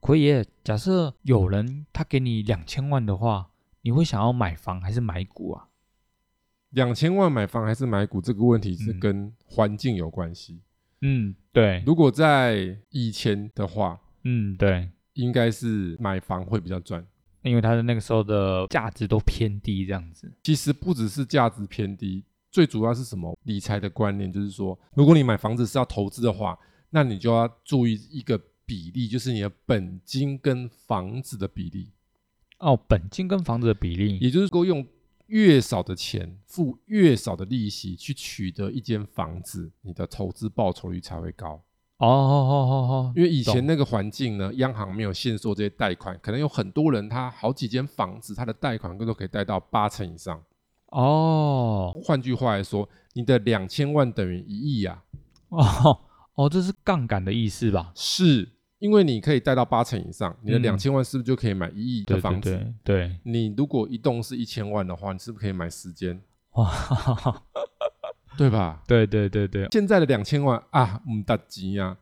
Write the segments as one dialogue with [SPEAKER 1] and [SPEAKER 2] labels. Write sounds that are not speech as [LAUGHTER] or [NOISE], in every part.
[SPEAKER 1] 奎爷，假设有人他给你两千万的话，你会想要买房还是买股啊？
[SPEAKER 2] 两千万买房还是买股这个问题是
[SPEAKER 1] 嗯
[SPEAKER 2] 跟环境有关系。
[SPEAKER 1] 嗯，对，
[SPEAKER 2] 如果在以前的话，
[SPEAKER 1] 嗯对，
[SPEAKER 2] 应该是买房会比较赚。
[SPEAKER 1] 因为他的那个时候的价值都偏低，这样子。
[SPEAKER 2] 其实不只是价值偏低，最主要是什么？理财的观念就是说，如果你买房子是要投资的话，那你就要注意一个比例，就是你的本金跟房子的比例，
[SPEAKER 1] 哦，本金跟房子的比例，
[SPEAKER 2] 也就是说用越少的钱付越少的利息去取得一间房子，你的投资报酬率才会高。
[SPEAKER 1] 哦哦哦哦
[SPEAKER 2] 因为以前
[SPEAKER 1] 懂
[SPEAKER 2] 那个环境呢，央行没有限缩这些贷款，可能有很多人他好几间房子，他的贷款都可以贷到八成以上。
[SPEAKER 1] 哦哦
[SPEAKER 2] 换句话来说，你的两千万等于一亿啊，
[SPEAKER 1] 哦哦，这是杠杆的意思吧？
[SPEAKER 2] 是因为你可以贷到八成以上，你的
[SPEAKER 1] 嗯
[SPEAKER 2] 两千万是不是就可以买一亿的
[SPEAKER 1] 对
[SPEAKER 2] 房
[SPEAKER 1] 对
[SPEAKER 2] 子？
[SPEAKER 1] 对对，
[SPEAKER 2] 你如果一栋是一千万的话，你是不是可以买十间？
[SPEAKER 1] 哇，
[SPEAKER 2] 对吧？
[SPEAKER 1] 对对对对
[SPEAKER 2] 现在的两千万啊，唔达吉呀，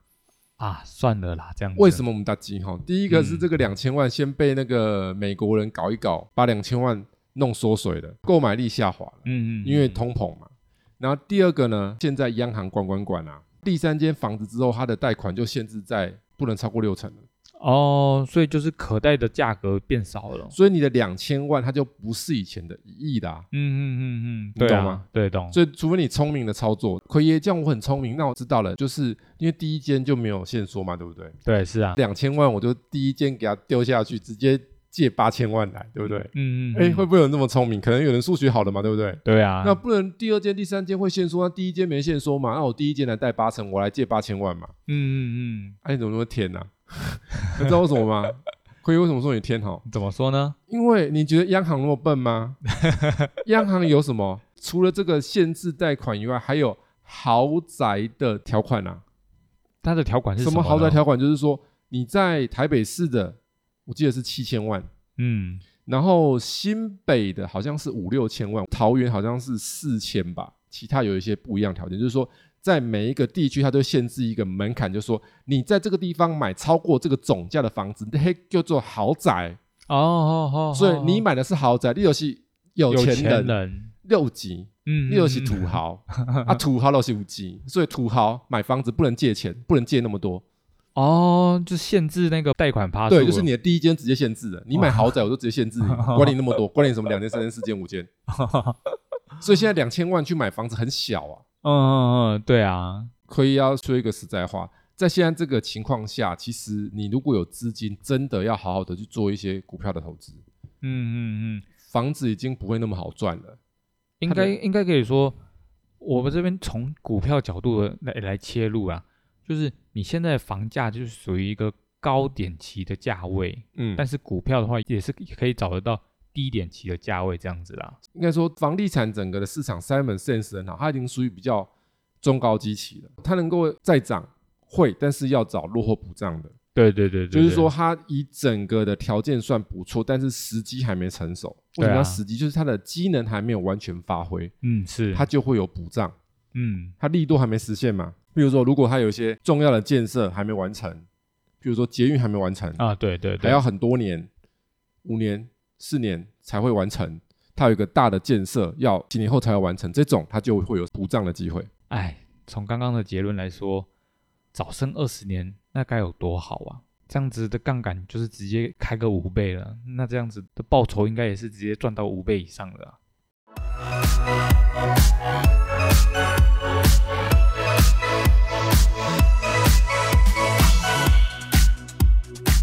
[SPEAKER 1] 啊，算了啦，这样子。
[SPEAKER 2] 为什
[SPEAKER 1] 么？
[SPEAKER 2] 么唔达吉？哈，第一个
[SPEAKER 1] 嗯
[SPEAKER 2] 是这个两千万先被那个美国人搞一搞，把两千万弄缩水了，购买力下滑了。
[SPEAKER 1] 嗯嗯，
[SPEAKER 2] 因为通膨嘛。然后第二个呢，现在央行管管管啊，第三间房子之后，它的贷款就限制在不能超过六成了，
[SPEAKER 1] 哦，所以就是可贷的价格变少了。
[SPEAKER 2] 所以你的两千万它就不是以前的一亿啦。
[SPEAKER 1] 嗯嗯嗯嗯，
[SPEAKER 2] 你
[SPEAKER 1] 对
[SPEAKER 2] 懂
[SPEAKER 1] 啊
[SPEAKER 2] 吗？
[SPEAKER 1] 对，懂。
[SPEAKER 2] 所以，除非你聪明的操作，奎爷这样我很聪明，那我知道了，就是因为第一间就没有限缩嘛，对不对？
[SPEAKER 1] 对，是啊，
[SPEAKER 2] 两千万我就第一间给它丢下去，直接借八千万来，对不对？
[SPEAKER 1] 嗯嗯，
[SPEAKER 2] 哎、
[SPEAKER 1] 嗯
[SPEAKER 2] 会不会有人这么聪明？可能有人数学好的嘛，对不对？
[SPEAKER 1] 对啊，
[SPEAKER 2] 那不能第二间、第三间会限缩，那第一间没限缩嘛？那我第一间来贷八成，我来借八千万嘛？
[SPEAKER 1] 嗯嗯
[SPEAKER 2] 哎、你怎么那么甜呐、 [LAUGHS] 你知道为什么吗？亏为什么说你天好？
[SPEAKER 1] 嗯，怎么说呢？
[SPEAKER 2] 因为你觉得央行那么笨吗？央行有什么？除了这个限制贷款以外，还有豪宅的条款啊。
[SPEAKER 1] 它的条款是
[SPEAKER 2] 什
[SPEAKER 1] 呢
[SPEAKER 2] 么豪宅？条款？就是说你在台北市的，我记得是七千万，
[SPEAKER 1] 嗯，
[SPEAKER 2] 然后新北的好像是五六千万，桃园好像是四千吧，其他有一些不一样条件，就是说在每一个地区它都限制一个门槛，就是说你在这个地方买超过这个总价的房子，那叫做豪宅，
[SPEAKER 1] 哦哦哦，
[SPEAKER 2] 所以你
[SPEAKER 1] 哦
[SPEAKER 2] 买的是豪宅，你就是有
[SPEAKER 1] 有
[SPEAKER 2] 钱人
[SPEAKER 1] 人，
[SPEAKER 2] 六级，
[SPEAKER 1] 嗯，
[SPEAKER 2] 你
[SPEAKER 1] 又
[SPEAKER 2] 就是土，豪啊，土豪就是五级，所以土豪买房子不能借钱，不能借那么多，
[SPEAKER 1] 哦，就限制那个贷款趴数了，
[SPEAKER 2] 对，啊就是你哦的第一间直接限制了，你买豪宅我就直接限制你，管你那么多，管你什么两间、三间、四间、五 [LAUGHS] 间。所以现在两千万去买房子很小啊。
[SPEAKER 1] 嗯嗯嗯，对啊，
[SPEAKER 2] 可以要说一个实在话，在现在这个情况下，其实你如果有资金，真的要好好的去做一些股票的投资，
[SPEAKER 1] 嗯嗯嗯，
[SPEAKER 2] 房子已经不会那么好赚了。
[SPEAKER 1] 应
[SPEAKER 2] 它的
[SPEAKER 1] 该应该可以说，我们这边从股票角度的来来切入啊，就是你现在房价就是属于一个高点期的价位，
[SPEAKER 2] 嗯，
[SPEAKER 1] 但是股票的话也是可以找得到低点期的价位这样子啦。
[SPEAKER 2] 应该说房地产整个的市场 Simon Sense 很好，它已经属于比较中高基期了，它能够再涨会，但是要找落后补涨的，
[SPEAKER 1] 对对对
[SPEAKER 2] 就是说，它以整个的条件算不错，但是时机还没成熟。为什
[SPEAKER 1] 对
[SPEAKER 2] 么
[SPEAKER 1] 啊
[SPEAKER 2] 要时机？就是它的机能还没有完全发挥，
[SPEAKER 1] 嗯，是
[SPEAKER 2] 它就会有补涨。
[SPEAKER 1] 嗯
[SPEAKER 2] 它力度还没实现嘛。比如说，如果它有一些重要的建设还没完成，比如说捷运还没完成，
[SPEAKER 1] 啊，对对对，
[SPEAKER 2] 还要很多年，五年、四年才会完成。它有一个大的建设要几年后才要完成，这种它就会有补涨的机会。
[SPEAKER 1] 哎，从刚刚的结论来说，早生二十年那该有多好啊！这样子的杠杆就是直接开个五倍了，那这样子的报酬应该也是直接赚到五倍以上的、啊。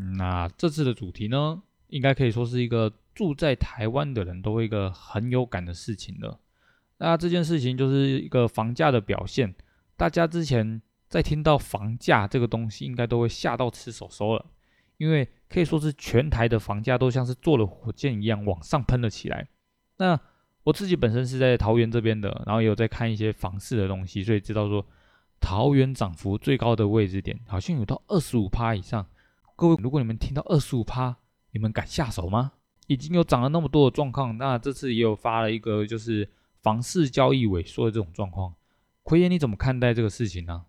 [SPEAKER 1] 嗯那这次的主题呢，应该可以说是一个住在台湾的人都会一个很有感的事情了。那这件事情就是一个房价的表现，大家之前在听到房价这个东西，应该都会吓到吃手手了，因为可以说是全台的房价都像是做了火箭一样往上喷了起来。那我自己本身是在桃园这边的，然后也有在看一些房市的东西，所以知道说桃园涨幅最高的位置点好像有到二十五趴以上。各位，如果你们听到二十五趴，你们敢下手吗？已经有涨了那么多的状况，那这次也有发了一个就是房市交易萎缩的这种状况。奎爷，你怎么看待这个事情呢、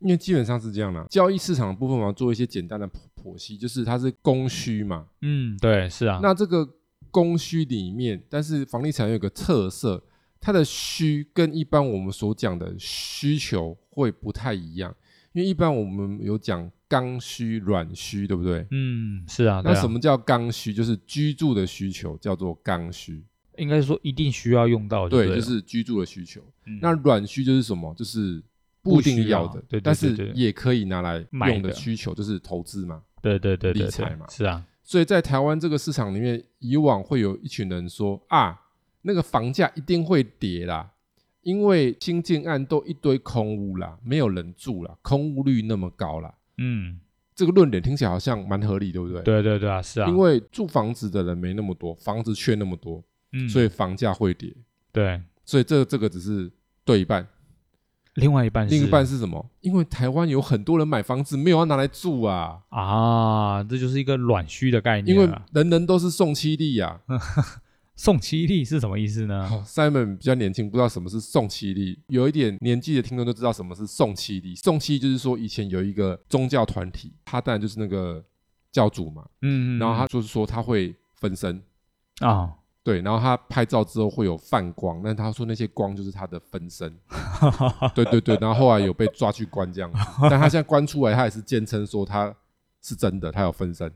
[SPEAKER 2] 因为基本上是这样啦、交易市场的部分，我要做一些简单的剖剖析，就是它是供需嘛，
[SPEAKER 1] 嗯，对，是啊，
[SPEAKER 2] 那这个供需里面，但是房地产有个特色，它的需跟一般我们所讲的需求会不太一样，因为一般我们有讲刚需、软需，对不对？
[SPEAKER 1] 嗯，是啊，对
[SPEAKER 2] 那
[SPEAKER 1] 啊
[SPEAKER 2] 什么叫刚需？就是居住的需求叫做刚需，
[SPEAKER 1] 应该说一定需要用到对了，
[SPEAKER 2] 就是居住的需求。
[SPEAKER 1] 嗯
[SPEAKER 2] 那软需就是什么？就是
[SPEAKER 1] 不
[SPEAKER 2] 不一定
[SPEAKER 1] 需
[SPEAKER 2] 要
[SPEAKER 1] 要
[SPEAKER 2] 的，
[SPEAKER 1] 对对
[SPEAKER 2] 但
[SPEAKER 1] 对
[SPEAKER 2] 是
[SPEAKER 1] 对
[SPEAKER 2] 也可以拿来
[SPEAKER 1] 买
[SPEAKER 2] 用
[SPEAKER 1] 的
[SPEAKER 2] 的需求，就是投资嘛。
[SPEAKER 1] 对对对对
[SPEAKER 2] 理
[SPEAKER 1] 对
[SPEAKER 2] 财嘛
[SPEAKER 1] 是啊，
[SPEAKER 2] 所以在台湾这个市场里面，以往会有一群人说啊，那个房价一定会跌啦，因为新建案都一堆空屋啦，没有人住啦，空屋率那么高啦。
[SPEAKER 1] 嗯，
[SPEAKER 2] 这个论点听起来好像蛮合理，对不对？、
[SPEAKER 1] 对对对啊，是啊，
[SPEAKER 2] 因为住房子的人没那么多，房子缺那么多，
[SPEAKER 1] 嗯，
[SPEAKER 2] 所以房价会跌。
[SPEAKER 1] 对，
[SPEAKER 2] 所以这这个只是对一半，
[SPEAKER 1] 另外一半是
[SPEAKER 2] 另一半是什么？因为台湾有很多人买房子没有要拿来住啊，
[SPEAKER 1] 啊，这就是一个软需的概念
[SPEAKER 2] 因
[SPEAKER 1] 啊，
[SPEAKER 2] 为人人都是送七弟啊呀、
[SPEAKER 1] 送七力是什么意思呢？
[SPEAKER 2] 好、s i m o n 比较年轻，不知道什么是宋七力。有一点年纪的听众都知道什么是宋七力。宋七力就是说，以前有一个宗教团体，他当然就是那个教主嘛，
[SPEAKER 1] 嗯，嗯
[SPEAKER 2] 然后他就是说他会分身，
[SPEAKER 1] 他啊，
[SPEAKER 2] 对，然后他拍照之后会有泛光，但他说那些光就是他的
[SPEAKER 1] [LAUGHS]
[SPEAKER 2] 分身，对对对。然后后来有被抓去关这样子，但他现在关出来，他也是坚称说他是真的，他有分身。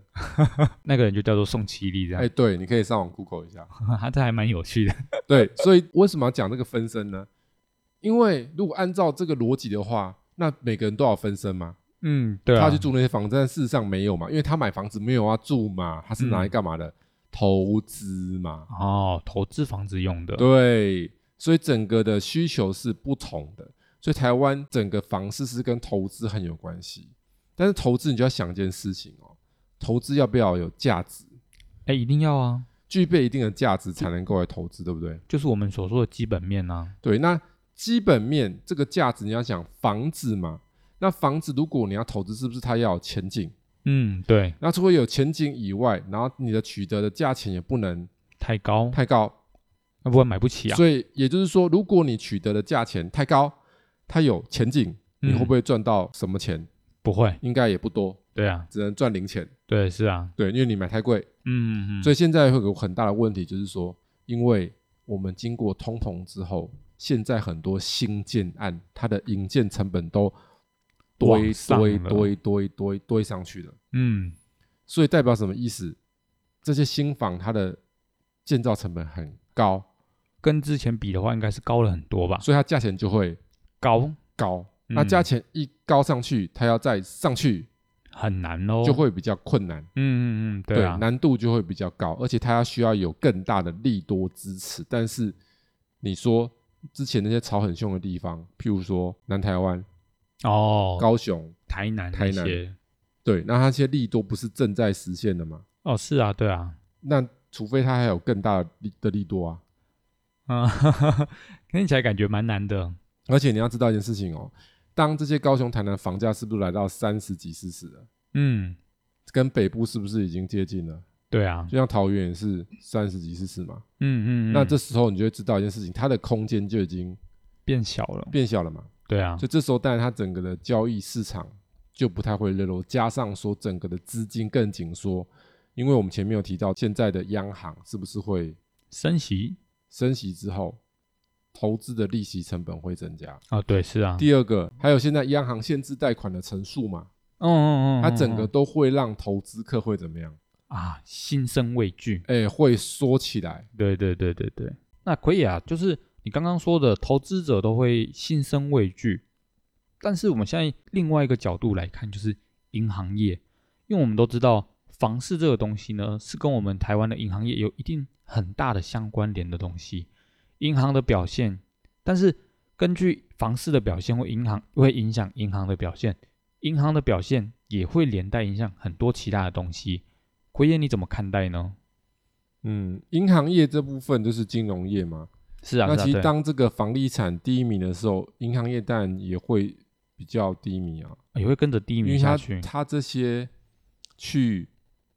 [SPEAKER 1] 那个人就叫做宋七力这样
[SPEAKER 2] 哎，，对，你可以上网 Google 一下。
[SPEAKER 1] 他这还蛮有趣的。
[SPEAKER 2] 对，所以为什么要讲这个分身呢？因为如果按照这个逻辑的话，那每个人都要分身嘛，
[SPEAKER 1] 嗯，对啊，
[SPEAKER 2] 他去住那些房子，但事实上没有嘛，因为他买房子没有要住嘛，他是
[SPEAKER 1] 嗯
[SPEAKER 2] 拿来干嘛的？投资嘛，
[SPEAKER 1] 哦，投资房子用的，
[SPEAKER 2] 对，所以整个的需求是不同的，所以台湾整个房市是跟投资很有关系，但是投资你就要想一件事情哦，投资要不要有价值，
[SPEAKER 1] 哎，一定要啊，
[SPEAKER 2] 具备一定的价值才能够来投资，对不对？
[SPEAKER 1] 就是我们所说的基本面啊。
[SPEAKER 2] 对，那基本面这个价值，你要想房子嘛，那房子如果你要投资，是不是它要有前景？
[SPEAKER 1] 嗯，对，
[SPEAKER 2] 那除了有前景以外，然后你的取得的价钱也不能
[SPEAKER 1] 太高，
[SPEAKER 2] 太高，
[SPEAKER 1] 那不然买不起啊。
[SPEAKER 2] 所以也就是说，如果你取得的价钱太高，它有前景，
[SPEAKER 1] 嗯
[SPEAKER 2] 你会不会赚到什么钱？
[SPEAKER 1] 不会，
[SPEAKER 2] 应该也不多，
[SPEAKER 1] 对啊，
[SPEAKER 2] 只能赚零钱。
[SPEAKER 1] 对，是啊，
[SPEAKER 2] 对，因为你买太贵，
[SPEAKER 1] 嗯，嗯
[SPEAKER 2] 所以现在会有个很大的问题，就是说，因为我们经过通膨之后，现在很多新建案它的营建成本都堆
[SPEAKER 1] 往上
[SPEAKER 2] 堆
[SPEAKER 1] 了
[SPEAKER 2] 堆堆堆堆上去了，
[SPEAKER 1] 嗯，
[SPEAKER 2] 所以代表什么意思？这些新房它的建造成本很高，
[SPEAKER 1] 跟之前比的话，应该是高了很多吧？
[SPEAKER 2] 所以它价钱就会
[SPEAKER 1] 高
[SPEAKER 2] 高。
[SPEAKER 1] 啊嗯
[SPEAKER 2] 那价钱一高上去，它要再上去
[SPEAKER 1] 很难哦，
[SPEAKER 2] 就，会比较困难，
[SPEAKER 1] 嗯嗯嗯，对啊，
[SPEAKER 2] 难度就会比较高，而且它要需要有更大的利多支持。但是你说之前那些炒很凶的地方，譬如说南台湾、
[SPEAKER 1] 哦，
[SPEAKER 2] 高雄，
[SPEAKER 1] 台南
[SPEAKER 2] 台
[SPEAKER 1] 那
[SPEAKER 2] 南
[SPEAKER 1] 些，
[SPEAKER 2] 对，那它这些利多不是正在实现的吗？
[SPEAKER 1] 哦，是啊，对啊，
[SPEAKER 2] 那除非它还有更大的利的利多啊！
[SPEAKER 1] 啊， [LAUGHS] 听起来感觉蛮难的，
[SPEAKER 2] 而且你要知道一件事情哦，当这些高雄、台南房价是不是来到三十几、四十了？
[SPEAKER 1] 嗯，
[SPEAKER 2] 跟北部是不是已经接近了？
[SPEAKER 1] 对啊，
[SPEAKER 2] 就像桃园也是三十几、四十嘛。
[SPEAKER 1] 嗯嗯，嗯
[SPEAKER 2] 那这时候你就会知道一件事情，它的空间就已经
[SPEAKER 1] 变小了，
[SPEAKER 2] 变小了嘛。
[SPEAKER 1] 对啊，
[SPEAKER 2] 所以这时候，当然它整个的交易市场就不太会热络，加上说整个的资金更紧缩，因为我们前面有提到，现在的央行是不是会
[SPEAKER 1] 升息
[SPEAKER 2] 升息之后，投资的利息成本会增加。
[SPEAKER 1] 啊，对，是啊，
[SPEAKER 2] 第二个，还有现在央行限制贷款的层数嘛，
[SPEAKER 1] 嗯嗯嗯，
[SPEAKER 2] 它
[SPEAKER 1] 嗯
[SPEAKER 2] 整个
[SPEAKER 1] 嗯
[SPEAKER 2] 都会让投资客会怎么样？
[SPEAKER 1] 啊心生畏惧，
[SPEAKER 2] 哎，会缩起来。
[SPEAKER 1] 对对对对对，那可以啊，就是你刚刚说的，投资者都会心生畏惧，但是我们现在另外一个角度来看，就是银行业，因为我们都知道房市这个东西呢，是跟我们台湾的银行业有一定很大的相关联的东西，银行的表现，但是根据房市的表现会银行会影响银行的表现，银行的表现也会连带影响很多其他的东西。奎爷，你怎么看待呢？
[SPEAKER 2] 嗯，银行业这部分就是金融业嘛。
[SPEAKER 1] 是啊，
[SPEAKER 2] 那
[SPEAKER 1] 是啊
[SPEAKER 2] 其实
[SPEAKER 1] 对
[SPEAKER 2] 当这个房地产低迷的时候，银行业当然也会比较低迷啊，
[SPEAKER 1] 也会跟着低
[SPEAKER 2] 因
[SPEAKER 1] 迷
[SPEAKER 2] 为
[SPEAKER 1] 嗯下
[SPEAKER 2] 它
[SPEAKER 1] 去。
[SPEAKER 2] 它这些去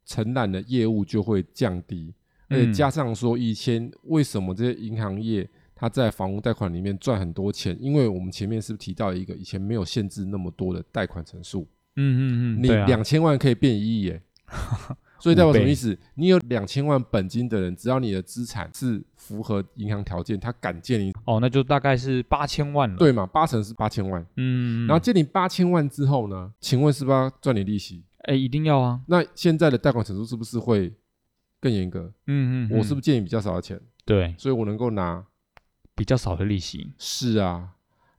[SPEAKER 2] 承揽的业务就会降低，而
[SPEAKER 1] 嗯
[SPEAKER 2] 且加上说以前为什么这些银行业它在房屋贷款里面赚很多钱？因为我们前面是不是提到一个以前没有限制那么多的贷款层数，
[SPEAKER 1] 嗯嗯嗯，
[SPEAKER 2] 你
[SPEAKER 1] 对啊，
[SPEAKER 2] 两千万可以变一亿耶。所以代表什
[SPEAKER 1] 五
[SPEAKER 2] 么
[SPEAKER 1] 倍
[SPEAKER 2] 意思？你有两千万本金的人，只要你的资产是符合银行条件，他敢借你，
[SPEAKER 1] 哦，那就大概是八千万了。，
[SPEAKER 2] 对嘛？八成是八千万，
[SPEAKER 1] 嗯，
[SPEAKER 2] 然后借你八千万之后呢？请问是不是要赚你利息？
[SPEAKER 1] 哎，一定要啊，
[SPEAKER 2] 那现在的贷款程度是不是会更严格？
[SPEAKER 1] 嗯嗯，
[SPEAKER 2] 我是
[SPEAKER 1] 嗯
[SPEAKER 2] 不是借你比较少的钱，
[SPEAKER 1] 对
[SPEAKER 2] 所以我能够拿？
[SPEAKER 1] 比较少的利息，
[SPEAKER 2] 是啊，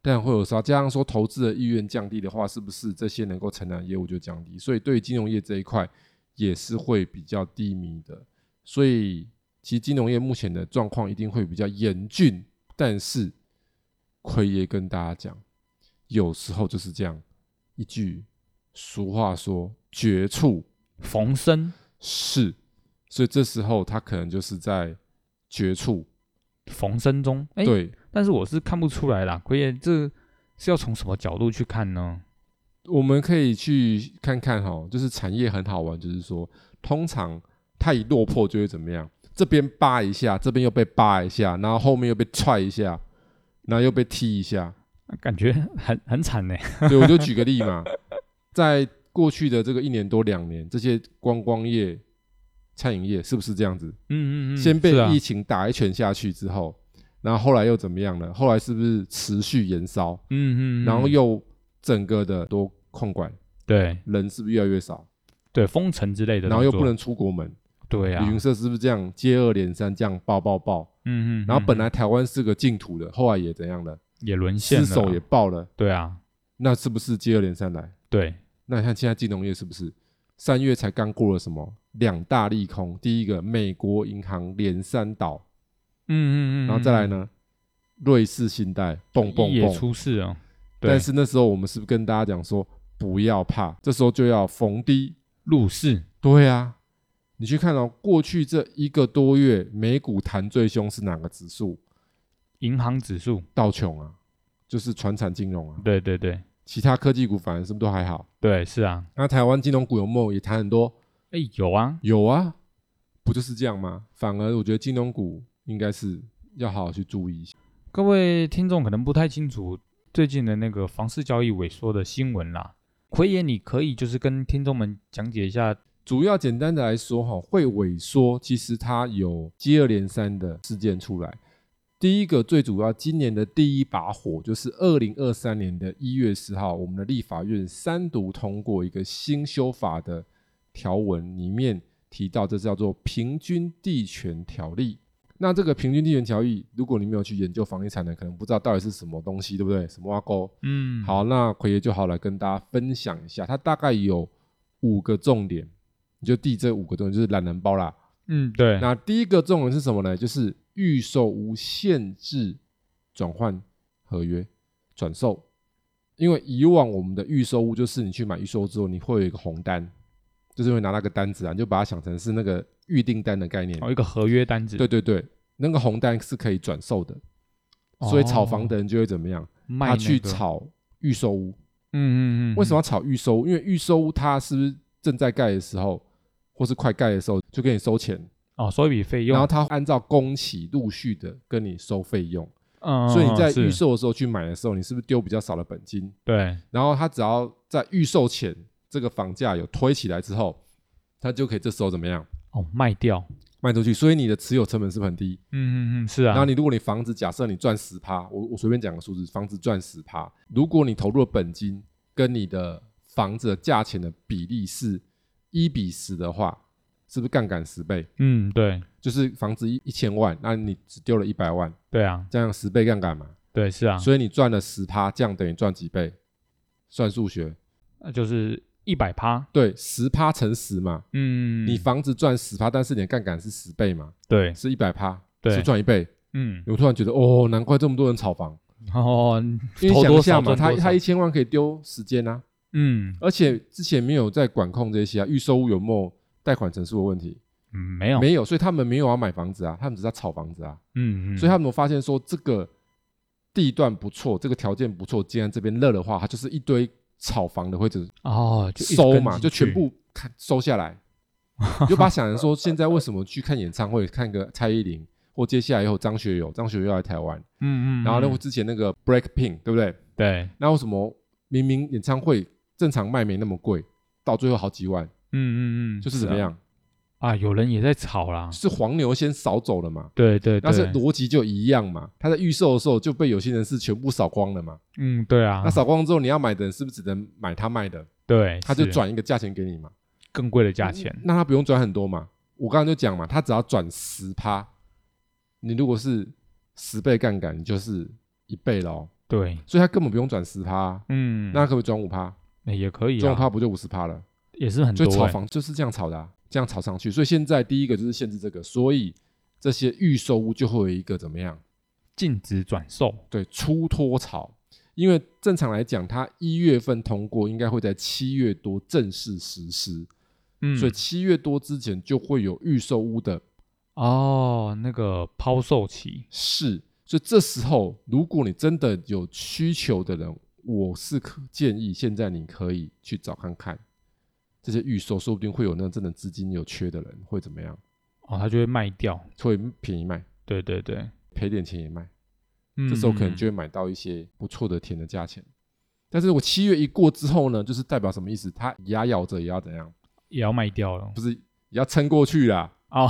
[SPEAKER 2] 但会有啥？加上说投资的意愿降低的话，是不是这些能够承揽的业务就降低？所以对于金融业这一块也是会比较低迷的。所以其实金融业目前的状况一定会比较严峻，但是奎爷跟大家讲，有时候就是这样，一句俗话说“绝处
[SPEAKER 1] 逢生
[SPEAKER 2] 是”，所以这时候他可能就是在绝处。
[SPEAKER 1] 逢生中，哎，
[SPEAKER 2] 对，
[SPEAKER 1] 但是我是看不出来啦，奎爷这是要从什么角度去看呢？
[SPEAKER 2] 我们可以去看看哈、就是产业很好玩，就是说，通常它一落魄就会怎么样？这边扒一下，这边又被扒一下，然后后面又被踹一下，然后又被踢一下。
[SPEAKER 1] 啊感觉很很惨呢。
[SPEAKER 2] 对，我就举个例嘛，在过去的这个一年多两年，这些观光业、餐饮业是不是这样子？
[SPEAKER 1] 嗯嗯嗯，
[SPEAKER 2] 先被
[SPEAKER 1] 是啊
[SPEAKER 2] 疫情打一拳下去之后，然后后来又怎么样了？后来是不是持续延烧？
[SPEAKER 1] 嗯嗯，嗯
[SPEAKER 2] 然后又整个的都控管，
[SPEAKER 1] 对
[SPEAKER 2] 人是不是越来越少？
[SPEAKER 1] 对封城之类的动作，
[SPEAKER 2] 然后又不能出国门，
[SPEAKER 1] 对啊，
[SPEAKER 2] 旅行社是不是这样接二连三这样爆爆爆？
[SPEAKER 1] 嗯嗯，
[SPEAKER 2] 然后本
[SPEAKER 1] 嗯
[SPEAKER 2] 来台湾是个净土的，后来也怎样了？
[SPEAKER 1] 也沦陷
[SPEAKER 2] 失
[SPEAKER 1] 了，啊
[SPEAKER 2] 手也爆了，
[SPEAKER 1] 对啊，
[SPEAKER 2] 那是不是接二连三来？
[SPEAKER 1] 对，
[SPEAKER 2] 那你看现在金融业是不是三月才刚过了什么两大利空？第一个美国银行连三倒，
[SPEAKER 1] 嗯嗯嗯，
[SPEAKER 2] 然后再来
[SPEAKER 1] 嗯
[SPEAKER 2] 呢，瑞士信贷蹦蹦
[SPEAKER 1] 也
[SPEAKER 2] 蹦。
[SPEAKER 1] 出事啊，对
[SPEAKER 2] 但是那时候我们是不是跟大家讲说不要怕，这时候就要逢低
[SPEAKER 1] 入市，
[SPEAKER 2] 对啊，你去看哦，过去这一个多月，美股弹最凶是哪个指数？
[SPEAKER 1] 银行指数，
[SPEAKER 2] 道琼啊，就是传产金融啊，
[SPEAKER 1] 对对对
[SPEAKER 2] 其他科技股反而是不是都还好？
[SPEAKER 1] 对，是啊，
[SPEAKER 2] 那台湾金融股有没有也弹很多？
[SPEAKER 1] 哎有啊，
[SPEAKER 2] 有啊，不就是这样吗？反而我觉得金融股应该是要好好去注意一下。
[SPEAKER 1] 各位听众可能不太清楚最近的那个房市交易萎缩的新闻啦。奎爷，你可以就是跟听众们讲解一下，
[SPEAKER 2] 主要简单的来说哈，会萎缩，其实它有接二连三的事件出来。第一个最主要，今年的第一把火就是二零二三年的一月十号，我们的立法院三读通过一个新修法的条文，里面提到这叫做《平均地权条例》。那这个平均地权条例，如果你没有去研究房地产的，可能不知道到底是什么东西，对不对？什么挖沟？
[SPEAKER 1] 嗯，，
[SPEAKER 2] 好，那奎爷就好来跟大家分享一下，它大概有五个重点，你就记这五个重点，就是懒人包啦。
[SPEAKER 1] 嗯，对，
[SPEAKER 2] 那第一个重点是什么呢？就是预售无限制转换合约转售，因为以往我们的预售屋就是你去买预售屋之后，你会有一个红单，就是会拿那个单子啊，你就把它想成是那个预订单的概念。
[SPEAKER 1] 哦，一个合约单子，
[SPEAKER 2] 对，对对，那个红单是可以转售的，所以炒房的人就会怎么样？
[SPEAKER 1] 哦卖
[SPEAKER 2] 他去
[SPEAKER 1] 那个，
[SPEAKER 2] 炒预售屋。
[SPEAKER 1] 嗯嗯嗯，
[SPEAKER 2] 为什么要炒预售屋？因为预售屋它是不是正在盖的时候，或是快盖的时候就给你收钱，
[SPEAKER 1] 哦，收一笔费
[SPEAKER 2] 然
[SPEAKER 1] 用
[SPEAKER 2] 后，它按照工期陆续的跟你收费用，
[SPEAKER 1] 嗯，
[SPEAKER 2] 所以你在
[SPEAKER 1] 是
[SPEAKER 2] 预售的时候去买的时候，你是不是丢比较少的本金？
[SPEAKER 1] 对，
[SPEAKER 2] 然后它只要在预售前这个房价有推起来之后，它就可以这时候怎么样
[SPEAKER 1] 哦，卖掉，
[SPEAKER 2] 卖出去，所以你的持有成本是不是很低。
[SPEAKER 1] 嗯嗯嗯，是啊，
[SPEAKER 2] 然后你如果你房子假设你赚十趴，我我随便讲个数字，房子赚十趴，如果你投入的本金跟你的房子的价钱的比例是一比十的话，是不是杠杆十倍？
[SPEAKER 1] 嗯，对，
[SPEAKER 2] 就是房子一一千万，那你只丢了一百万，
[SPEAKER 1] 对啊，
[SPEAKER 2] 这样十倍杠杆嘛，
[SPEAKER 1] 对，是啊，
[SPEAKER 2] 所以你赚了十趴，这样等于赚几倍？算数学，
[SPEAKER 1] 那就是一百趴，
[SPEAKER 2] 对，十趴乘十嘛，
[SPEAKER 1] 嗯，
[SPEAKER 2] 你房子赚十趴，但是你的杠杆是十倍嘛，
[SPEAKER 1] 对，
[SPEAKER 2] 是一百趴，
[SPEAKER 1] 对
[SPEAKER 2] 是赚一倍。
[SPEAKER 1] 嗯，
[SPEAKER 2] 我突然觉得，哦，难怪这么多人炒房。
[SPEAKER 1] 哦，
[SPEAKER 2] 因
[SPEAKER 1] 投
[SPEAKER 2] 为想
[SPEAKER 1] 多
[SPEAKER 2] 一下
[SPEAKER 1] 少
[SPEAKER 2] 嘛，
[SPEAKER 1] 赚
[SPEAKER 2] 他
[SPEAKER 1] 多少
[SPEAKER 2] 他一千万可以丢时间啊，
[SPEAKER 1] 嗯嗯
[SPEAKER 2] 而且之前没有在管控这些啊，预售屋有没有贷款成数的问题？
[SPEAKER 1] 嗯，没有，
[SPEAKER 2] 没有，所以他们没有要买房子啊，他们只是在炒房子啊。
[SPEAKER 1] 嗯嗯，
[SPEAKER 2] 所以他们发现说这个地段不错，这个条件不错，既然这边热的话，它就是一堆炒房的或者
[SPEAKER 1] 哦，就一直
[SPEAKER 2] 收
[SPEAKER 1] 跟
[SPEAKER 2] 嘛，
[SPEAKER 1] 进
[SPEAKER 2] 就全
[SPEAKER 1] 去
[SPEAKER 2] 部看收
[SPEAKER 1] [LAUGHS]
[SPEAKER 2] 下来。你就把它想成说，现在为什么去看演唱会，看个蔡依林，或接下来以后张学友，张学友要来台湾，
[SPEAKER 1] 嗯嗯，
[SPEAKER 2] 然后
[SPEAKER 1] 嗯
[SPEAKER 2] 呢之前那个 Break Pink，对不对？
[SPEAKER 1] 对，
[SPEAKER 2] 那为什么明明演唱会正常卖没那么贵，到最后好几万，
[SPEAKER 1] 嗯嗯嗯，
[SPEAKER 2] 就是怎么
[SPEAKER 1] 啊
[SPEAKER 2] 样？
[SPEAKER 1] 啊？有人也在吵啦，
[SPEAKER 2] 是黄牛先扫走了嘛？
[SPEAKER 1] 对对
[SPEAKER 2] 但是
[SPEAKER 1] 对，
[SPEAKER 2] 逻辑就一样嘛，他在预售的时候就被有些人是全部扫光了嘛。
[SPEAKER 1] 嗯对啊
[SPEAKER 2] 那，扫光之后，你要买的人是不是只能买他卖的？
[SPEAKER 1] 对，
[SPEAKER 2] 他就是转一个嗯价钱给你嘛，
[SPEAKER 1] 更贵的价钱，
[SPEAKER 2] 那他不用转很多嘛。我刚刚就讲嘛，他只要转十趴，你如果是十倍杠杆，你就是一倍喽，
[SPEAKER 1] 对，
[SPEAKER 2] 所以他根本不用转十趴，
[SPEAKER 1] 嗯，
[SPEAKER 2] 那他可不可以转五趴？
[SPEAKER 1] 那也可以
[SPEAKER 2] 转五
[SPEAKER 1] 啊，
[SPEAKER 2] 趴不就五十趴了？
[SPEAKER 1] 也是很
[SPEAKER 2] 所
[SPEAKER 1] 多
[SPEAKER 2] 以炒
[SPEAKER 1] 欸
[SPEAKER 2] 房就是这样炒的、啊，这样炒上去。所以现在第一个就是限制这个，所以这些预售屋就会有一个怎么样？
[SPEAKER 1] 欸禁止转售，
[SPEAKER 2] 对，出脱潮。因为正常来讲，它一月份通过，应该会在七月多正式实施，
[SPEAKER 1] 嗯，
[SPEAKER 2] 所以七月多之前就会有预售屋的
[SPEAKER 1] 哦，那个抛售期，
[SPEAKER 2] 事。所以这时候，如果你真的有需求的人，我是可建议现在你可以去找看看这些预售，说不定会有那真的资金有缺的人会怎么样，
[SPEAKER 1] 哦，它就会卖掉，
[SPEAKER 2] 会便宜卖，
[SPEAKER 1] 对对对，
[SPEAKER 2] 赔点钱也卖。
[SPEAKER 1] 嗯，
[SPEAKER 2] 这时候可能
[SPEAKER 1] 嗯
[SPEAKER 2] 就会买到一些不错的甜的价钱。但是我七月一过之后呢，就是代表什么意思？它牙咬着也要怎样，
[SPEAKER 1] 也要卖掉了，不是
[SPEAKER 2] 也要撑过去啦，
[SPEAKER 1] 哦，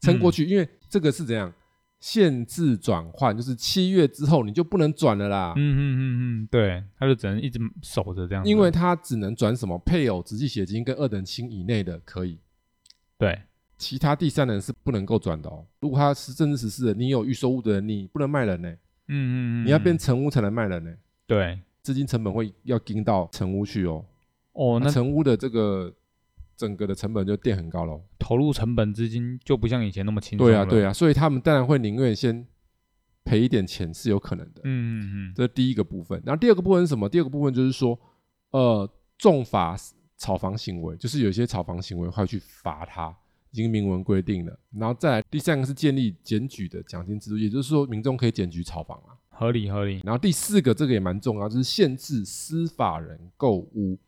[SPEAKER 2] 撑过
[SPEAKER 1] 嗯
[SPEAKER 2] 去，因为这个是怎样限制转换，就是七月之后你就不能转了啦
[SPEAKER 1] 嗯，嗯嗯嗯，对，他就只能一直守着这样子，
[SPEAKER 2] 因为它只能转什么配偶、直系血亲跟二等亲以内的可以，
[SPEAKER 1] 对，
[SPEAKER 2] 其他第三人是不能够转的哦。如果他是正式实施的，你有预售物的人，你不能卖人呢、
[SPEAKER 1] 嗯嗯嗯，
[SPEAKER 2] 你要
[SPEAKER 1] 嗯
[SPEAKER 2] 变成屋才能卖人呢、
[SPEAKER 1] 对，
[SPEAKER 2] 资金成本会要盯到成屋去哦。
[SPEAKER 1] 哦，那
[SPEAKER 2] 那成屋的这个整个的成本就垫很高喽。
[SPEAKER 1] 投入成本资金就不像以前那么轻松
[SPEAKER 2] 对啊，对
[SPEAKER 1] 啊，
[SPEAKER 2] 啊，所以他们当然会宁愿先赔一点钱是有可能的，
[SPEAKER 1] 嗯嗯嗯，
[SPEAKER 2] 这是第一个部分。然后第二个部分是什么？第二个部分就是说，呃，重罚炒房行为，就是有些炒房行为会去罚他，已经明文规定了。然后再来第三个是建立检举的奖金制度，也就是说民众可以检举炒房啊。
[SPEAKER 1] 合理合理，
[SPEAKER 2] 然后第四个，这个也蛮重要，就是限制司法人购屋，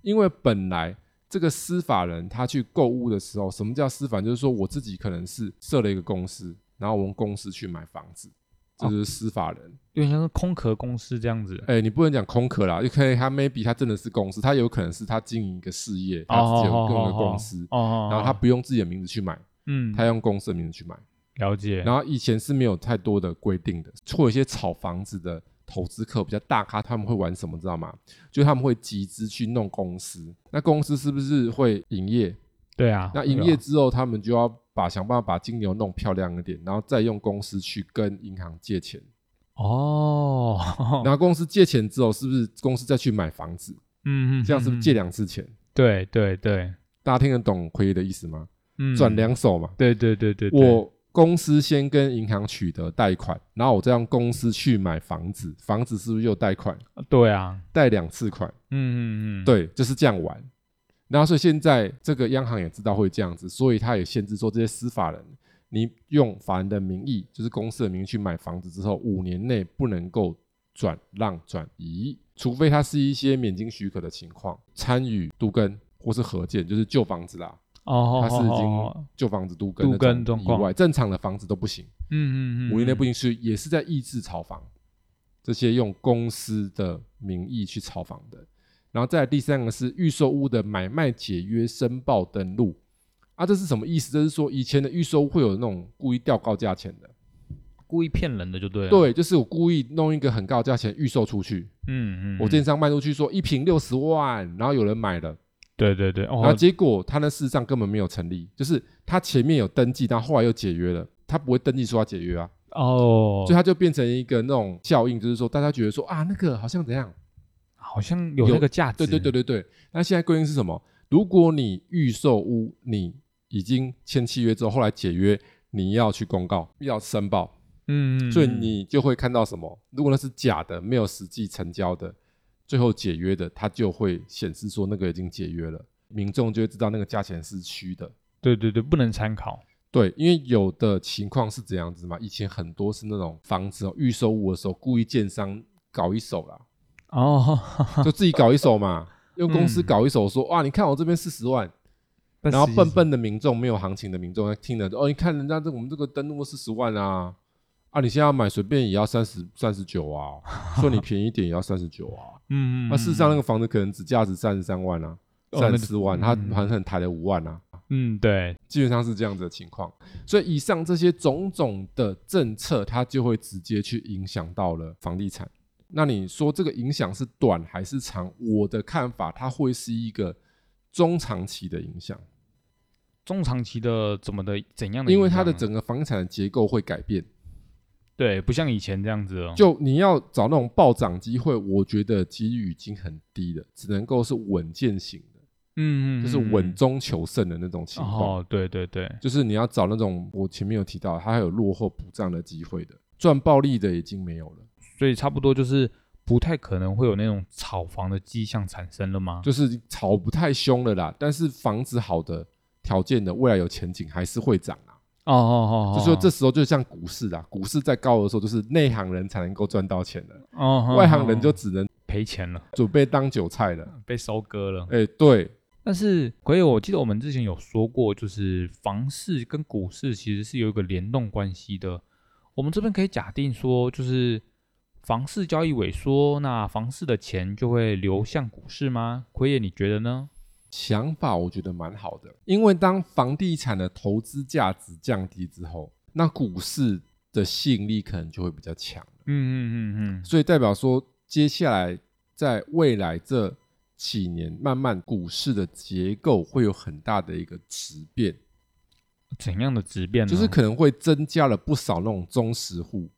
[SPEAKER 2] 因为本来这个司法人他去购屋的时候，什么叫司法人？就是说我自己可能是设了一个公司，然后我们公司去买房子，这就是司法人。
[SPEAKER 1] 有点像是空壳公司这样子，
[SPEAKER 2] 哎、你不能讲空壳啦，就可以他 maybe 他真的是公司，他有可能是他经营一个事业，他自己有用一个公司，
[SPEAKER 1] 哦哦，
[SPEAKER 2] 然后他不用自己的名字去买，
[SPEAKER 1] 嗯，
[SPEAKER 2] 他用公司的名字去买。
[SPEAKER 1] 了解，
[SPEAKER 2] 然后以前是没有太多的规定的，或有一些炒房子的投资客比较大咖，他们会玩什么，知道吗？就他们会集资去弄公司，那公司是不是会营业？
[SPEAKER 1] 对啊，
[SPEAKER 2] 那营
[SPEAKER 1] 对啊
[SPEAKER 2] 业之后，他们就要把想办法把金牛弄漂亮一点，然后再用公司去跟银行借钱，
[SPEAKER 1] 哦， [LAUGHS]
[SPEAKER 2] 然后公司借钱之后，是不是公司再去买房子？
[SPEAKER 1] 嗯嗯，
[SPEAKER 2] 这样是不
[SPEAKER 1] 嗯
[SPEAKER 2] 是借？
[SPEAKER 1] 嗯
[SPEAKER 2] 两次钱？
[SPEAKER 1] 对对对，
[SPEAKER 2] 大家听得懂奎爷的意思吗？
[SPEAKER 1] 嗯，
[SPEAKER 2] 转，两手嘛。
[SPEAKER 1] 对对对对，对
[SPEAKER 2] 我公司先跟银行取得贷款，然后我再让公司去买房子，房子是不是又贷款？
[SPEAKER 1] 对啊，
[SPEAKER 2] 贷两次款，
[SPEAKER 1] 嗯嗯嗯，，
[SPEAKER 2] 对，就是这样玩。然后所以现在这个央行也知道会这样子，所以他也限制说这些司法人，你用法人的名义，就是公司的名义去买房子之后，五年内不能够转让转移，除非它是一些免经许可的情况，参与都更或是合建，就是旧房子啦，
[SPEAKER 1] 哦，
[SPEAKER 2] 它是已
[SPEAKER 1] 哦
[SPEAKER 2] 经旧房子都更
[SPEAKER 1] 都更
[SPEAKER 2] 那种
[SPEAKER 1] 状
[SPEAKER 2] 以
[SPEAKER 1] 况
[SPEAKER 2] 外，正常的房子都不行。
[SPEAKER 1] 嗯嗯嗯，
[SPEAKER 2] 五年内不
[SPEAKER 1] 嗯，
[SPEAKER 2] 允许，也是在抑制炒房，这些用公司的名义去炒房的。然后再来第三个是预售屋的买卖解约申报登录啊，这是什么意思？这是说以前的预售屋会有那种故意调高价钱的，
[SPEAKER 1] 故意骗人的就对了，，
[SPEAKER 2] 对，就是我故意弄一个很高的价钱预售出去，
[SPEAKER 1] 嗯嗯，
[SPEAKER 2] 我
[SPEAKER 1] 这，
[SPEAKER 2] 电商卖出去说一平六十万，然后有人买了，
[SPEAKER 1] 对对对，哦
[SPEAKER 2] 然后，结果他那事实上根本没有成立，就是他前面有登记，但后来又解约了，他不会登记说他解约啊，
[SPEAKER 1] 哦
[SPEAKER 2] 所以，它就变成一个那种效应，就是说大家觉得说啊，那个好像怎样？
[SPEAKER 1] 好像有
[SPEAKER 2] 有
[SPEAKER 1] 那个价值，
[SPEAKER 2] 对对对，对对。那现在规定是什么？如果你预售屋你已经签契约之后，后来解约，你要去公告，要申报，
[SPEAKER 1] 嗯，嗯
[SPEAKER 2] 所以
[SPEAKER 1] 嗯
[SPEAKER 2] 你就会看到什么？如果那是假的，没有实际成交的，最后解约的，它就会显示说那个已经解约了，民众就会知道那个价钱是虚的。
[SPEAKER 1] 对对对，不能参考。
[SPEAKER 2] 对，因为有的情况是怎样子嘛？以前很多是那种房子哦，预售屋的时候故意建商搞一手啦，
[SPEAKER 1] 哦，
[SPEAKER 2] 就自己搞一
[SPEAKER 1] [LAUGHS]
[SPEAKER 2] 手嘛，用公司
[SPEAKER 1] 嗯
[SPEAKER 2] 搞一手说哇，你看我这边四十万，
[SPEAKER 1] [LAUGHS] 但
[SPEAKER 2] 然后
[SPEAKER 1] 实际
[SPEAKER 2] 笨
[SPEAKER 1] 是
[SPEAKER 2] 笨的民众没有行情的民众听了哦，你看人家这我们这个登录四十万啊，啊，你现在要买随便也要三十三十九
[SPEAKER 1] [LAUGHS]
[SPEAKER 2] 啊，说你便宜一点也要三十九啊，
[SPEAKER 1] 嗯，嗯
[SPEAKER 2] 那、事实上那个房子可能只价值三十三万啊，
[SPEAKER 1] 哦
[SPEAKER 2] 三
[SPEAKER 1] 那
[SPEAKER 2] 十四万，
[SPEAKER 1] 嗯
[SPEAKER 2] 他狠狠抬了五万啊，
[SPEAKER 1] 嗯，对，
[SPEAKER 2] 基本上是这样子的情况。所以以上这些种种的政策，它就会直接去影响到了房地产。那你说这个影响是短还是长？我的看法，它会是一个中长期的影响。
[SPEAKER 1] 中长期的怎么的怎样的影响呢？
[SPEAKER 2] 因为它的整个房地产的结构会改变。
[SPEAKER 1] 嗯对不像以前这样子哦了，
[SPEAKER 2] 就你要找那种暴涨机会，我觉得几率已经很低了，只能够是稳健型的，
[SPEAKER 1] 嗯嗯，
[SPEAKER 2] 就是
[SPEAKER 1] 嗯
[SPEAKER 2] 稳。中求胜的那种情
[SPEAKER 1] 嗯
[SPEAKER 2] 况。
[SPEAKER 1] 哦，对对对，
[SPEAKER 2] 就是你要找那种我前面有提到，它还有落后补涨的机会的，赚暴利的已经没有了。
[SPEAKER 1] 所以差不多就是不太可能会有那种炒房的迹象产生了吗？
[SPEAKER 2] 就是炒不太凶了啦，但是房子好的条件的未来有前景还是会涨啊。
[SPEAKER 1] 哦哦哦，
[SPEAKER 2] 就说这时候就像股市啊，股市在高的时候就是内行人才能够赚到钱的，
[SPEAKER 1] 哦，
[SPEAKER 2] 外行人
[SPEAKER 1] 哦
[SPEAKER 2] 就
[SPEAKER 1] 哦
[SPEAKER 2] 只能
[SPEAKER 1] 赔钱了，
[SPEAKER 2] 准备当韭菜了。
[SPEAKER 1] 被收割了。
[SPEAKER 2] 哎、对，
[SPEAKER 1] 但是可以，我记得我们之前有说过，就是房市跟股市其实是有一个联动关系的。我们这边可以假定说，就是房市交易萎缩，那房市的钱就会流向股市吗？奎爷，你觉得呢？
[SPEAKER 2] 想法我觉得蛮好的，因为当房地产的投资价值降低之后，那股市的吸引力可能就会比较强，
[SPEAKER 1] 嗯嗯嗯嗯，
[SPEAKER 2] 所以代表说接下来在未来这几年，慢慢股市的结构会有很大的一个质变，
[SPEAKER 1] 怎样的质变呢？
[SPEAKER 2] 就是可能会增加了不少那种中实户，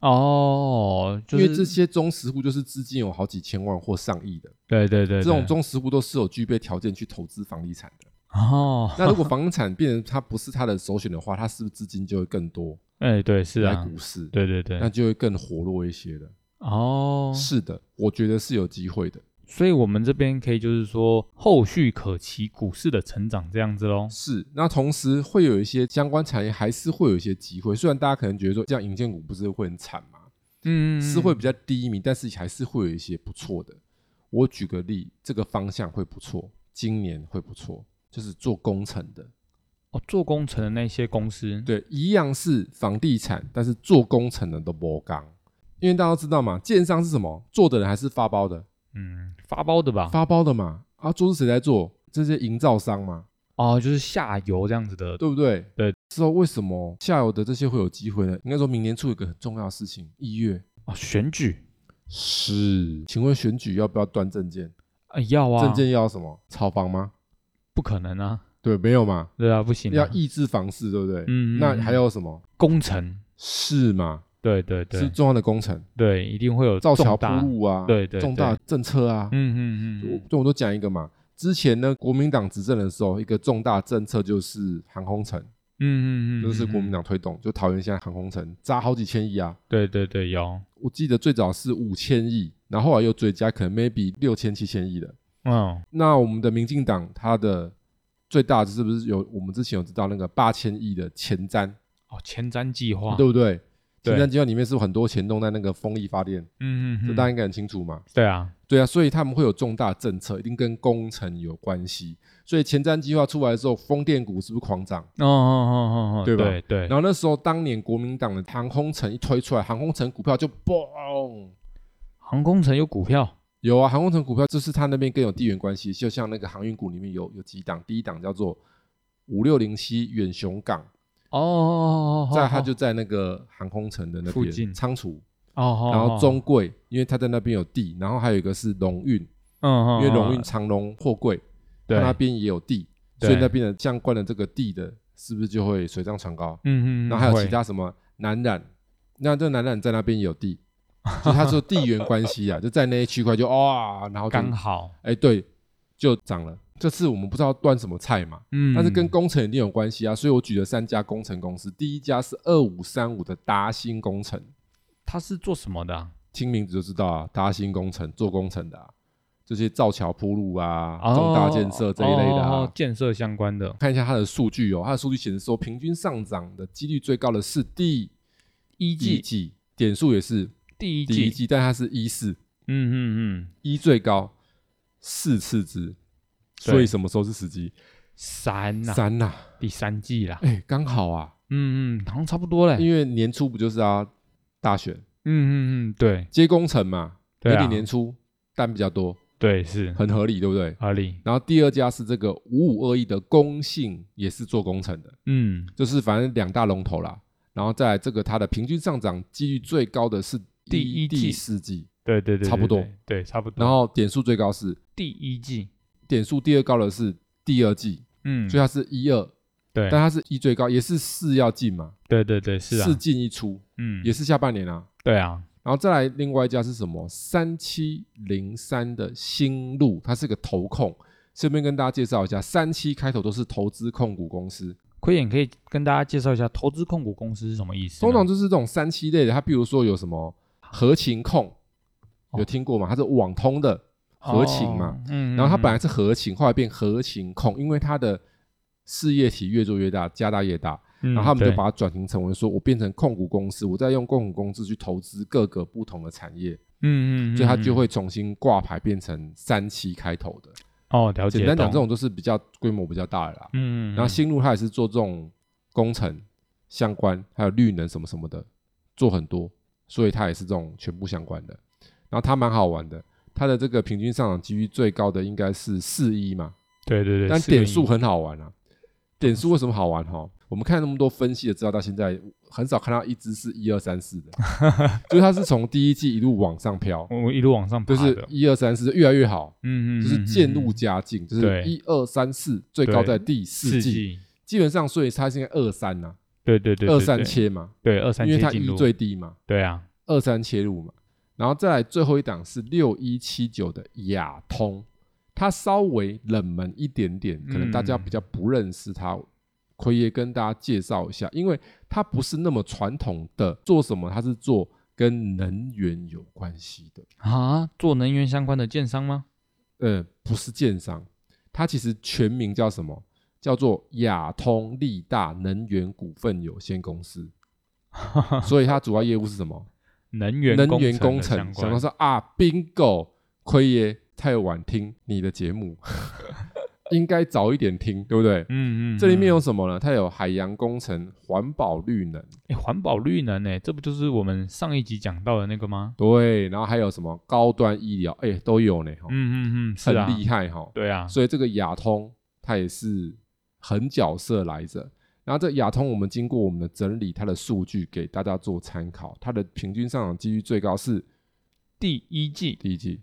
[SPEAKER 1] 哦，就
[SPEAKER 2] 因为这
[SPEAKER 1] 是
[SPEAKER 2] 些中实户就是资金有好几千万或上亿的，
[SPEAKER 1] 对对对，
[SPEAKER 2] 这种
[SPEAKER 1] 对
[SPEAKER 2] 中实户都是有具备条件去投资房地产的。
[SPEAKER 1] 哦，
[SPEAKER 2] 那如果房产变成它不是它的首选的话，它是不是资金就会更多？
[SPEAKER 1] 哎，对，是
[SPEAKER 2] 来
[SPEAKER 1] 啊，
[SPEAKER 2] 股市，
[SPEAKER 1] 对对对
[SPEAKER 2] 那，就会更活络一些了。
[SPEAKER 1] 哦，
[SPEAKER 2] 是的，我觉得是有机会的。
[SPEAKER 1] 所以我们这边可以就是说，后续可期股市的成长这样子喽。
[SPEAKER 2] 是，那同时会有一些相关产业还是会有一些机会，虽然大家可能觉得说这样银建股不是会很惨嘛，
[SPEAKER 1] 嗯，
[SPEAKER 2] 是会比较低迷，但是还是会有一些不错的。我举个例，这个方向会不错，今年会不错，就是做工程的，
[SPEAKER 1] 哦，做工程的那些公司，
[SPEAKER 2] 对，一样是房地产，但是做工程的都不刚，因为大家都知道嘛，建商是什么做的人还是发包的，
[SPEAKER 1] 嗯，发包的吧？
[SPEAKER 2] 发包的嘛，啊，做是谁在做？这些营造商嘛，
[SPEAKER 1] 哦，就是下游这样子的。
[SPEAKER 2] 对不对？
[SPEAKER 1] 对。
[SPEAKER 2] 之后为什么下游的这些会有机会呢？应该说明年初有一个很重要的事情，一月
[SPEAKER 1] 哦，选举
[SPEAKER 2] 是，请问选举要不要端证件？
[SPEAKER 1] 啊，要啊，
[SPEAKER 2] 证件要什么？炒房吗？
[SPEAKER 1] 不可能啊，
[SPEAKER 2] 对，没有嘛，
[SPEAKER 1] 对啊，不行啊，
[SPEAKER 2] 要抑制房市，对不对？
[SPEAKER 1] 嗯嗯
[SPEAKER 2] 那
[SPEAKER 1] 嗯
[SPEAKER 2] 还有什么？
[SPEAKER 1] 工程，
[SPEAKER 2] 是嘛？
[SPEAKER 1] 对对
[SPEAKER 2] 是
[SPEAKER 1] 对
[SPEAKER 2] 重要的工程，
[SPEAKER 1] 对，一定会有
[SPEAKER 2] 造
[SPEAKER 1] 重
[SPEAKER 2] 桥铺
[SPEAKER 1] 大，
[SPEAKER 2] 路啊，
[SPEAKER 1] 对对
[SPEAKER 2] 重大政策啊。
[SPEAKER 1] 嗯嗯嗯嗯，
[SPEAKER 2] 我，我都讲一个嘛。之前呢，国民党执政的时候，一个重大政策就是航空城，
[SPEAKER 1] 嗯嗯嗯，
[SPEAKER 2] 这是国民
[SPEAKER 1] 党，
[SPEAKER 2] 党推动，就桃园现在航空城砸好几千亿啊。
[SPEAKER 1] 对对对，有，
[SPEAKER 2] 我记得最早是五千亿，然后后来又追加，可能 maybe 六千七千亿的。
[SPEAKER 1] 嗯，
[SPEAKER 2] 那我们的民进党它的最大的是不是有我们之前有知道那个八千亿的前瞻，
[SPEAKER 1] 哦，前瞻计划，
[SPEAKER 2] 对不对？前
[SPEAKER 1] 对
[SPEAKER 2] 瞻计划里面是不是很多钱弄在那个风力发电，
[SPEAKER 1] 嗯嗯
[SPEAKER 2] 这
[SPEAKER 1] 嗯，
[SPEAKER 2] 大家应该很清楚嘛。
[SPEAKER 1] 对啊，
[SPEAKER 2] 对啊，所以他们会有重大政策，一定跟工程有关系。所以前瞻计划出来之后，风电股是不是狂涨？
[SPEAKER 1] 哦哦哦哦，
[SPEAKER 2] 对吧
[SPEAKER 1] 对对
[SPEAKER 2] 然，后那时候当年国民党的航空城一推出来，航空城股票就嘣，
[SPEAKER 1] 航空城有股票，
[SPEAKER 2] 有啊，航空城股票就是它那边更有地缘关系，就像那个航运股里面有有几档，第一档叫做五六零七远雄港，
[SPEAKER 1] 哦哦哦哦，
[SPEAKER 2] 在它就在那个航空城的那
[SPEAKER 1] 附
[SPEAKER 2] 边
[SPEAKER 1] 近
[SPEAKER 2] 仓储，
[SPEAKER 1] 哦，
[SPEAKER 2] 然后中贵，因为它在那边有地，然后还有一个是龙运，
[SPEAKER 1] 嗯，
[SPEAKER 2] 因为龙运长龙货柜，它
[SPEAKER 1] 对
[SPEAKER 2] 那边也有地，
[SPEAKER 1] 对
[SPEAKER 2] 所以那边的相关的这个地的，是不是就会水涨船高？
[SPEAKER 1] 嗯嗯，
[SPEAKER 2] 然后还有其他什么南染，那这南染在那边也有地，就它说地缘关系啊，就在那一区块就哇、然后就
[SPEAKER 1] 刚好，
[SPEAKER 2] 哎，对，就涨了。这次我们不知道端什么菜嘛，
[SPEAKER 1] 嗯，
[SPEAKER 2] 但是跟工程一定有关系啊，所以我举了三家工程公司，第一家是二五三五的达兴工程，
[SPEAKER 1] 他是做什么的啊？
[SPEAKER 2] 听名字就知道啊，搭新工程、做工程的、啊，这些造桥铺路啊、重大建设这一类的、啊
[SPEAKER 1] 哦哦哦哦建设相关的，
[SPEAKER 2] 看一下它的数据哦，它的数据显示说，平均上涨的几率最高的是第
[SPEAKER 1] 一
[SPEAKER 2] 一
[SPEAKER 1] 季
[SPEAKER 2] 季，点数也是
[SPEAKER 1] 第一
[SPEAKER 2] 第一
[SPEAKER 1] 季，
[SPEAKER 2] 季，但它是一四
[SPEAKER 1] 嗯嗯嗯，
[SPEAKER 2] 一最高，四次之，
[SPEAKER 1] 对
[SPEAKER 2] 所以什么时候是时机？
[SPEAKER 1] 三呐，
[SPEAKER 2] 三呐、
[SPEAKER 1] 第三季啦，
[SPEAKER 2] 哎、刚好啊，
[SPEAKER 1] 嗯嗯，好像差不多嘞，
[SPEAKER 2] 因为年初不就是啊大选
[SPEAKER 1] 嗯嗯嗯，对
[SPEAKER 2] 接工程嘛，
[SPEAKER 1] 对
[SPEAKER 2] 年
[SPEAKER 1] 啊
[SPEAKER 2] 底，年初单比较多，
[SPEAKER 1] 对是
[SPEAKER 2] 很合理，对不对？
[SPEAKER 1] 合理，
[SPEAKER 2] 然后第二家是这个五五二一的工信，也是做工程的，
[SPEAKER 1] 嗯，
[SPEAKER 2] 就是反正两大龙头啦。然后再来这个它的平均上涨几率最高的是
[SPEAKER 1] 第一季
[SPEAKER 2] 第四季，
[SPEAKER 1] 对对对，
[SPEAKER 2] 差不多
[SPEAKER 1] 对，对对差不多。
[SPEAKER 2] 然后点数最高是
[SPEAKER 1] 第一季，
[SPEAKER 2] 点数第二高的是第二季，
[SPEAKER 1] 嗯，
[SPEAKER 2] 所以它是一二，
[SPEAKER 1] 对
[SPEAKER 2] 但它是一最高，也是四要进嘛，
[SPEAKER 1] 对对对是啊
[SPEAKER 2] 四，进一出，
[SPEAKER 1] 嗯，
[SPEAKER 2] 也是下半年啊。
[SPEAKER 1] 对啊，
[SPEAKER 2] 然后再来另外一家是什么？三七零三的新路，它是个投控。顺便跟大家介绍一下，三七开头都是投资控股公司，
[SPEAKER 1] 亏眼可以跟大家介绍一下投资控股公司是啊什么意思呢？
[SPEAKER 2] 通常就是这种三七类的，它比如说有什么合情控，
[SPEAKER 1] 哦
[SPEAKER 2] 有听过吗？它是网通的合情嘛，
[SPEAKER 1] 哦，嗯，
[SPEAKER 2] 然后它本
[SPEAKER 1] 来
[SPEAKER 2] 来是合情，后来变合情控，因为它的事业体越做越大，加大越大，
[SPEAKER 1] 嗯
[SPEAKER 2] 然后他们就把它转型成为说，我变成控股公司，我再用控股公司去投资各个不同的产业，
[SPEAKER 1] 嗯嗯，
[SPEAKER 2] 所以它
[SPEAKER 1] 嗯
[SPEAKER 2] 就会重新挂牌变成三七开头的。
[SPEAKER 1] 哦了解，
[SPEAKER 2] 简单讲，这
[SPEAKER 1] 懂
[SPEAKER 2] 种就是比较规模比较大的啦。
[SPEAKER 1] 嗯，嗯嗯
[SPEAKER 2] 然后新路它也是做这种工程相关，还有绿能什么什么的，做很多，所以它也是这种全部相关的。然后它蛮好玩的，它的这个平均上涨几率最高的应该是四一嘛，
[SPEAKER 1] 对对对，
[SPEAKER 2] 但
[SPEAKER 1] 四个
[SPEAKER 2] 点
[SPEAKER 1] 亿
[SPEAKER 2] 数很好玩啊。点数为什么好玩哈？我们看那么多分析的资料，到现在很少看到一只是一二三
[SPEAKER 1] [LAUGHS]
[SPEAKER 2] 四的，就是它是从第一季一路往上飘，
[SPEAKER 1] 我一路往上爬
[SPEAKER 2] 就
[SPEAKER 1] 哦的，
[SPEAKER 2] 是一二三四越来越好，
[SPEAKER 1] 嗯嗯，
[SPEAKER 2] 就是
[SPEAKER 1] 嗯
[SPEAKER 2] 渐入
[SPEAKER 1] 嗯
[SPEAKER 2] 佳境，就
[SPEAKER 1] 对
[SPEAKER 2] 是一二三四最高
[SPEAKER 1] 对
[SPEAKER 2] 在第四
[SPEAKER 1] 四
[SPEAKER 2] 季，
[SPEAKER 1] 季，
[SPEAKER 2] 基本上，所以它现在二三呐，
[SPEAKER 1] 对对对，对
[SPEAKER 2] 二三
[SPEAKER 1] 对
[SPEAKER 2] 切嘛，
[SPEAKER 1] 对二三
[SPEAKER 2] 因为
[SPEAKER 1] 切
[SPEAKER 2] 它
[SPEAKER 1] 进
[SPEAKER 2] 一
[SPEAKER 1] 入，
[SPEAKER 2] 最低嘛，
[SPEAKER 1] 对啊，
[SPEAKER 2] 二三切入嘛，然后再来最后一档是六一七九的亚通，它稍微冷门一点点，可能大家
[SPEAKER 1] 嗯
[SPEAKER 2] 比较不认识它。奎爷跟大家介绍一下，因为它不是那么传统的做什么，它是做跟能源有关系的，
[SPEAKER 1] 啊，做能源相关的建商吗？
[SPEAKER 2] 呃，不是建商，它其实全名叫什么？叫做亚通力大能源股份有限
[SPEAKER 1] [LAUGHS]
[SPEAKER 2] 公司。所以它主要业务是什么？
[SPEAKER 1] 能源
[SPEAKER 2] 能源
[SPEAKER 1] 工
[SPEAKER 2] 工
[SPEAKER 1] 程的
[SPEAKER 2] 程。
[SPEAKER 1] 相
[SPEAKER 2] 想
[SPEAKER 1] 关
[SPEAKER 2] 到说啊，bingo，亏爷太晚听你的节目， [LAUGHS] 应该早一点听，对不对？
[SPEAKER 1] 嗯嗯，
[SPEAKER 2] 这里面
[SPEAKER 1] 嗯
[SPEAKER 2] 有什么呢？它有海洋工程、环保绿能，
[SPEAKER 1] 哎环保绿能哎，这不就是我们上一集讲到的那个吗？
[SPEAKER 2] 对，然后还有什么高端医疗，哎，都有呢，哈、
[SPEAKER 1] 嗯嗯嗯，是
[SPEAKER 2] 很
[SPEAKER 1] 啊，
[SPEAKER 2] 厉害哈、
[SPEAKER 1] 对啊，
[SPEAKER 2] 所以这个亚通它也是很角色来着。然后这亚通，我们经过我们的整理，它的数据给大家做参考，它的平均上涨几率最高是
[SPEAKER 1] 第一季
[SPEAKER 2] 第一季，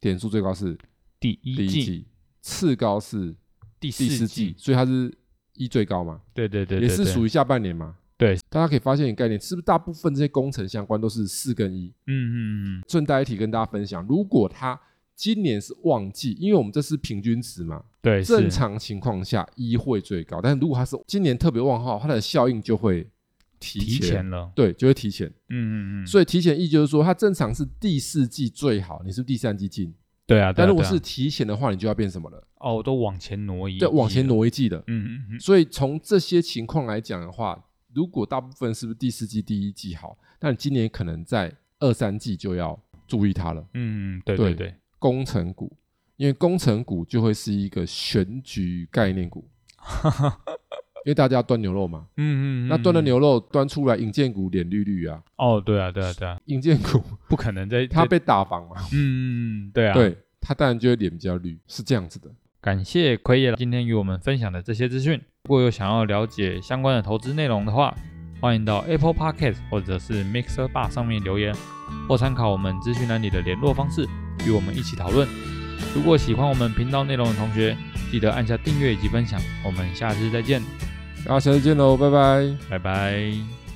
[SPEAKER 2] 点数最高是
[SPEAKER 1] 第
[SPEAKER 2] 第
[SPEAKER 1] 一
[SPEAKER 2] 一
[SPEAKER 1] 季
[SPEAKER 2] 季，次高是
[SPEAKER 1] 第
[SPEAKER 2] 第四季，，所以它是一最高嘛，
[SPEAKER 1] 对对对，
[SPEAKER 2] 也是属
[SPEAKER 1] 于
[SPEAKER 2] 于下半年嘛。
[SPEAKER 1] 对，
[SPEAKER 2] 大家可以发现一个概念，是不是大部分这些工程相关都是四跟一？
[SPEAKER 1] 嗯嗯嗯，
[SPEAKER 2] 顺带一提跟大家分享，如果它今年是旺季，因为我们这是平均值嘛，
[SPEAKER 1] 对，是
[SPEAKER 2] 正常情况下一会最高，但如果它是今年特别旺的话，它的效应就会提
[SPEAKER 1] 提前了，
[SPEAKER 2] 对，就会提前。
[SPEAKER 1] 嗯嗯嗯，
[SPEAKER 2] 所以提前一就是说，它正常是第四季最好，你是不是第三季进，
[SPEAKER 1] 对啊，对啊
[SPEAKER 2] 但如果
[SPEAKER 1] 对啊
[SPEAKER 2] 是提前的话，你就要变什么了？
[SPEAKER 1] 哦，我都往前挪一，
[SPEAKER 2] 对，往前，挪一季了。
[SPEAKER 1] 嗯嗯嗯，
[SPEAKER 2] 所以从这些情况来讲的话，如果大部分是不是第四季、第一季好，那你今年可能在二三季就要注意它了。
[SPEAKER 1] 嗯，对对
[SPEAKER 2] 对
[SPEAKER 1] 对，
[SPEAKER 2] 工程股，因为工程股就会是一个选举概念股，因为大家要端牛肉嘛。
[SPEAKER 1] 嗯嗯，
[SPEAKER 2] 那端
[SPEAKER 1] 了
[SPEAKER 2] 了，牛肉端出来，引荐股脸绿绿啊，
[SPEAKER 1] 哦，对啊对啊对啊，
[SPEAKER 2] 引荐股
[SPEAKER 1] 不可能在
[SPEAKER 2] 它
[SPEAKER 1] 在
[SPEAKER 2] 被打房嘛，
[SPEAKER 1] 嗯嗯嗯，对啊，，
[SPEAKER 2] 对，它当然就会脸比较绿，是这样子的。
[SPEAKER 1] 感谢奎爷今天与我们分享的这些资讯。如果有想要了解相关的投资内容的话，欢迎到 Apple Podcast 或者是 Mixer Bar 上面留言，或参考我们资讯栏里的联络方式，与我们一起讨论。如果喜欢我们频道内容的同学，记得按下订阅以及分享。我们下次再见，
[SPEAKER 2] 大家下次见喽，拜拜。
[SPEAKER 1] 拜拜。